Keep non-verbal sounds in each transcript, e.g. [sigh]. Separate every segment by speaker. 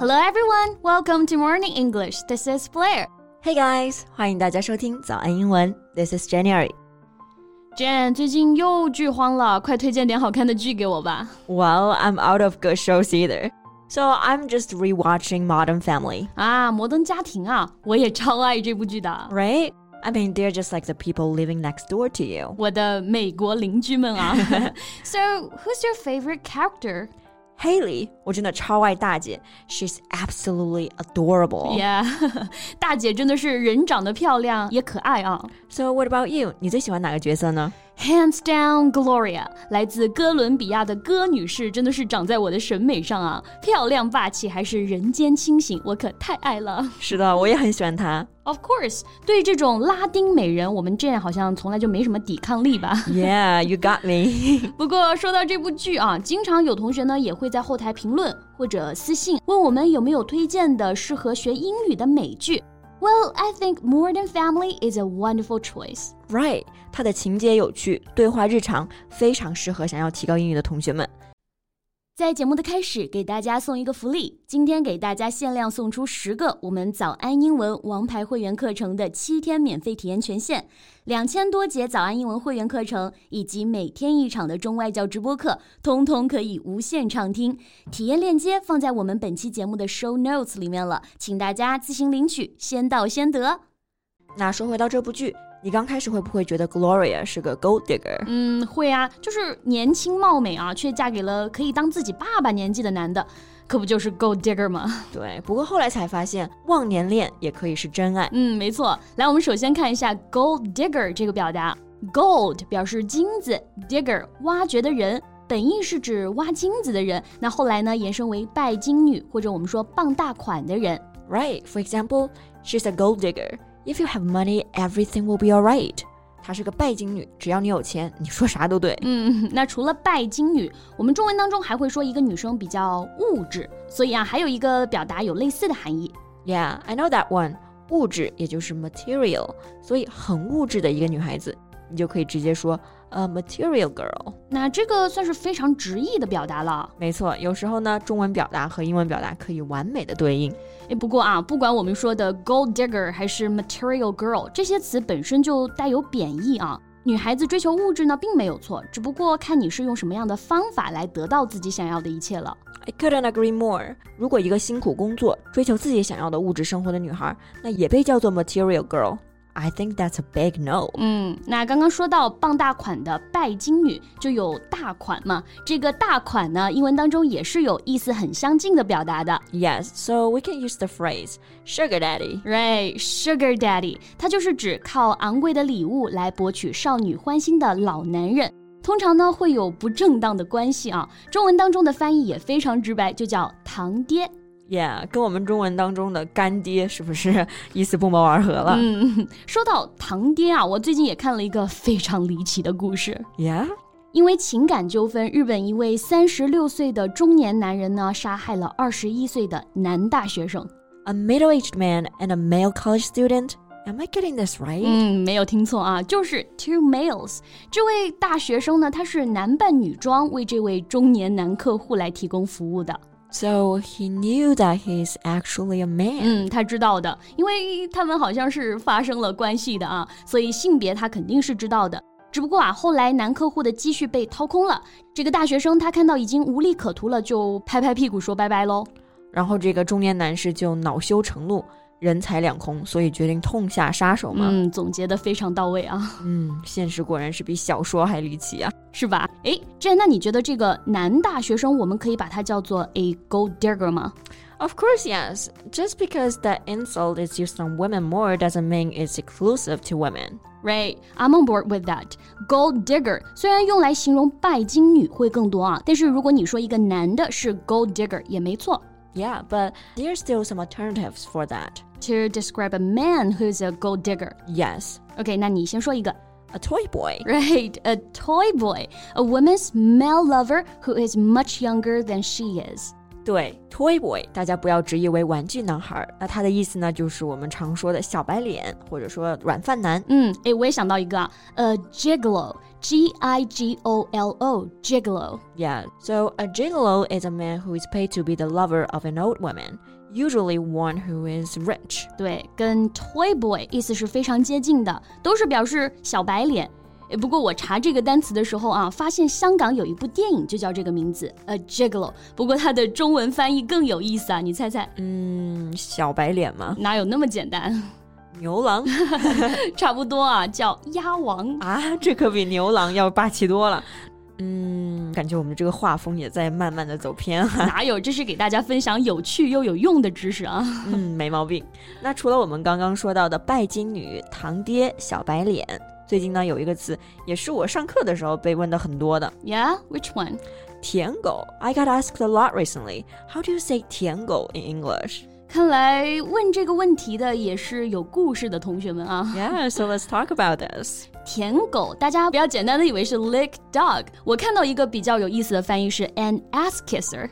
Speaker 1: Hello everyone, welcome to Morning English. This is Blair.
Speaker 2: Hey guys，欢迎大家收听早安英文，This is January。
Speaker 1: Jane 最近又剧荒了，快推荐点好看的剧给我吧。
Speaker 2: Well, I'm out of good shows either, so I'm just rewatching Modern Family.
Speaker 1: 啊，《摩登家庭》啊，我也超爱这部剧 [laughs] 的。
Speaker 2: Right? I mean, they're just like the people living next door to you.
Speaker 1: 我的美国邻居们啊。so, who's your favorite character?
Speaker 2: Haley，我真的超爱大姐，She's absolutely adorable.
Speaker 1: Yeah，大 [laughs] 姐真的是人长得漂亮也可爱啊。
Speaker 2: So what about you？你最喜欢哪个角色呢？
Speaker 1: Hands down, Gloria，来自哥伦比亚的歌女士，真的是长在我的审美上啊！漂亮霸气，还是人间清醒，我可太爱了。
Speaker 2: 是的，我也很喜欢她。
Speaker 1: Of course，对这种拉丁美人，我们 Jane 好像从来就没什么抵抗力吧。 [laughs]
Speaker 2: Yeah, you got me. [laughs]
Speaker 1: 不过说到这部剧啊，经常有同学呢也会在后台评论或者私信问我们有没有推荐的适合学英语的美剧。Well, I think Modern Family is a wonderful choice.
Speaker 2: Right，它的情节有趣，对话日常，非常适合想要提高英语的同学们。
Speaker 1: 在节目的开始，给大家送一个福利。今天给大家限量送出十个我们早安英文王牌会员课程的七天免费体验权限，两千多节早安英文会员课程以及每天一场的中外教直播课，通通可以无限畅听。体验链接放在我们本期节目的 show notes 里面了，请大家自行领取，先到先得。
Speaker 2: 那说回到这部剧，你刚开始会不会觉得 Gloria 是个 gold digger？
Speaker 1: [laughs] 嗯，会啊，就是年轻貌美啊，却嫁给了可以当自己爸爸年纪的男的，可不就是 gold digger 吗？
Speaker 2: 对，不过后来才发现，忘年恋也可以是真爱。
Speaker 1: 嗯，没错。来，我们首先看一下 gold digger 这个表达。gold 表示金子，digger 挖掘的人，本意是指挖金子的人。那后来呢，延伸为拜金女或者我们说傍大款的人。
Speaker 2: Right? For example, she's a gold digger. If you have money, everything will be alright. 她是个拜金女，只要你有钱，你说啥都对。
Speaker 1: 嗯，那除了拜金女，我们中文当中还会说一个女生比较物质，所以啊，还有一个表达有类似的含义。
Speaker 2: Yeah, I know that one. 物质也就是 material，所以很物质的一个女孩子，你就可以直接说 a material girl。
Speaker 1: 那这个算是非常直译的表达了。
Speaker 2: 没错，有时候呢，中文表达和英文表达可以完美的对应。
Speaker 1: 哎，不过啊，不管我们说的 gold digger 还是 material girl，这些词本身就带有贬义啊。女孩子追求物质呢，并没有错，只不过看你是用什么样的方法来得到自己想要的一切了。
Speaker 2: I couldn't agree more。如果一个辛苦工作、追求自己想要的物质生活的女孩，那也被叫做 material girl。I think that's a big no。
Speaker 1: 嗯，那刚刚说到傍大款的拜金女，就有大款嘛。这个大款呢，英文当中也是有意思很相近的表达的。
Speaker 2: Yes, so we can use the phrase sugar daddy.
Speaker 1: Right, sugar daddy，它就是指靠昂贵的礼物来博取少女欢心的老男人。通常呢会有不正当的关系啊，中文当中的翻译也非常直白，就叫堂爹。
Speaker 2: Yeah，跟我们中文当中的干爹是不是意思不谋而合了、
Speaker 1: 嗯，说到堂爹啊，我最近也看了一个非常离奇的故事。
Speaker 2: y e a h
Speaker 1: 因为情感纠纷，日本一位三十六岁的中年男人呢，杀害了二十一岁的男大学生。
Speaker 2: a middle-aged man and a male college student. Am I getting this right?
Speaker 1: 嗯，没有听错啊，就是 two males。这位大学生呢，他是男扮女装为这位中年男客户来提供服务的。
Speaker 2: So he knew that he's actually a man.
Speaker 1: 嗯，他知道的，因为他们好像是发生了关系的啊，所以性别他肯定是知道的。只不过啊，后来男客户的积蓄被掏空了，这个大学生他看到已经无利可图了，就拍拍屁股说拜拜喽。
Speaker 2: 然后这个中年男士就恼羞成怒，人财两空，所以决定痛下杀手嘛。
Speaker 1: 嗯，总结的非常到位啊， [laughs]
Speaker 2: 嗯，现实果然是比小说还离奇啊。
Speaker 1: 是吧？诶，这那你觉得这个男大学生，我们可以把他叫做 a gold digger 吗？
Speaker 2: Of course, yes. Just because that insult is used on women more doesn't mean it's exclusive to women.
Speaker 1: Right, I'm on board with that. Gold digger 虽然用来形容拜金女会更多啊，但是如果你说一个男的是 gold digger 也没错。
Speaker 2: Yeah, but there's still some alternatives for that.
Speaker 1: To describe a man who's a gold digger.
Speaker 2: Yes,
Speaker 1: OK，那你先说一个。
Speaker 2: a toy boy.
Speaker 1: Right, a toy boy, a woman's male lover who is much younger than she is.
Speaker 2: 对，toy boy，大家不要直译为玩具男孩儿。那它的意思呢，就是我们常说的小白脸，或者说软饭男。
Speaker 1: 嗯，诶，我也想到一个啊，a gigolo, G I G O L O, gigolo.
Speaker 2: Yeah, so a gigolo is a man who is paid to be the lover of an old woman. usually one who is rich.
Speaker 1: 对，跟 toy boy 意思是非常接近的，都是表示小白脸。诶不过我查这个单词的时候啊，发现香港有一部电影就叫这个名字，呃，Gigolo。不过它的中文翻译更有意思啊，你猜猜
Speaker 2: 嗯，小白脸吗？牛郎
Speaker 1: 哪有那么简单？ [laughs] 差不多啊，叫鸭
Speaker 2: [laughs]
Speaker 1: 王。
Speaker 2: [laughs] 啊，这可比牛郎要霸气多了。嗯，感觉我们这个画风也在慢慢的走偏了。
Speaker 1: 哪有？这是给大家分享有趣又有用的知识啊！
Speaker 2: 嗯，没毛病。那除了我们刚刚说到的拜金女、堂爹、小白脸，最近呢有一个词也是我上课的时候被问的很多的
Speaker 1: Yeah，which one？
Speaker 2: “舔狗”。I got asked a lot recently. How do you say 舔狗 in English?
Speaker 1: 看来问这个问题的也是有故事的同学们啊。
Speaker 2: Yeah, so let's talk about this.
Speaker 1: 舔狗，大家不要简单的以为是 lick dog。我看到一个比较有意思的翻译是 an ass kisser。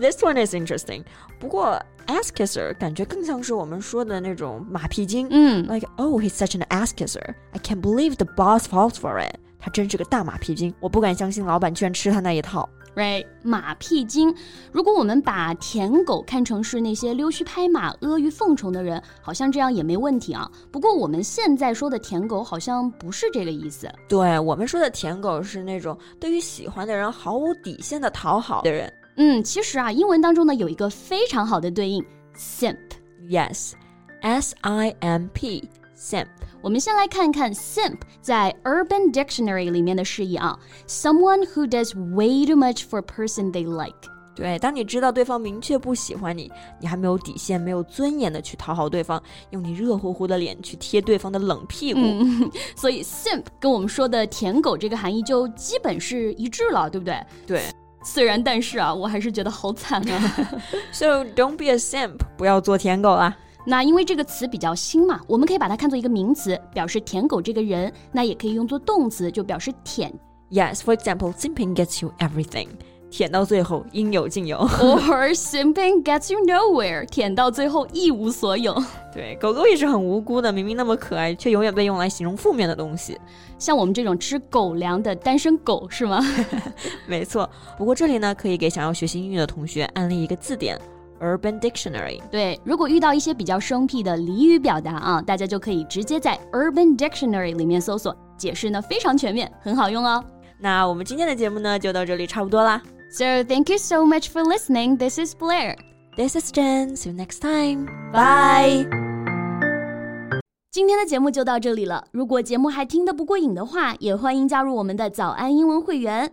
Speaker 2: This one is interesting. 不过 ass kisser 感觉更像是我们说的那种马屁精。
Speaker 1: 嗯，
Speaker 2: Like, oh, he's such an ass kisser. I can't believe the boss falls for it. 他真是个大马屁精，我不敢相信老板居然吃他那一套。
Speaker 1: Right，马屁精。如果我们把舔狗看成是那些溜须拍马、阿谀奉承的人，好像这样也没问题啊。不过我们现在说的舔狗好像不是这个意思。
Speaker 2: 对我们说的舔狗是那种对于喜欢的人毫无底线的讨好的人。
Speaker 1: 嗯，其实啊，英文当中呢有一个非常好的对应，simp。
Speaker 2: Yes, S I M P, simp.
Speaker 1: 我们先来看看 simp 在 Urban Dictionary 里面的释义啊，someone who does way too much for a person they like。
Speaker 2: 对，当你知道对方明确不喜欢你，你还没有底线、没有尊严的去讨好对方，用你热乎乎的脸去贴对方的冷屁股。
Speaker 1: 所以 simp 跟我们说的舔狗这个含义就基本是一致了，对不对？
Speaker 2: 对
Speaker 1: 虽然但是啊，我还是觉得好惨啊。 [laughs]
Speaker 2: ，So don't be a simp，不要做舔狗啊。
Speaker 1: 那因为这个词比较新嘛，我们可以把它看作一个名词，表示舔狗这个人。那也可以用作动词，就表示舔
Speaker 2: Yes, for example, simping gets you everything，舔到最后应有尽有。
Speaker 1: ，or simping gets you nowhere，舔到最后一无所有。
Speaker 2: 对，狗狗也是很无辜的，明明那么可爱，却永远被用来形容负面的东西。
Speaker 1: 像我们这种吃狗粮的单身狗是吗？ [laughs]
Speaker 2: 没错，不过这里呢，可以给想要学习英语的同学安利一个字典 Urban Dictionary。
Speaker 1: 对，如果遇到一些比较生僻的俚语表达啊，大家就可以直接在 Urban Dictionary 里面搜索，解释呢非常全面，很好用哦。
Speaker 2: 那我们今天的节目呢，就到这里差不多啦。
Speaker 1: So thank you so much for listening. This is Blair.
Speaker 2: This is Jen. See you next time. Bye.
Speaker 1: 今天的节目就到这里了。如果节目还听得不过瘾的话，也欢迎加入我们的早安英文会员。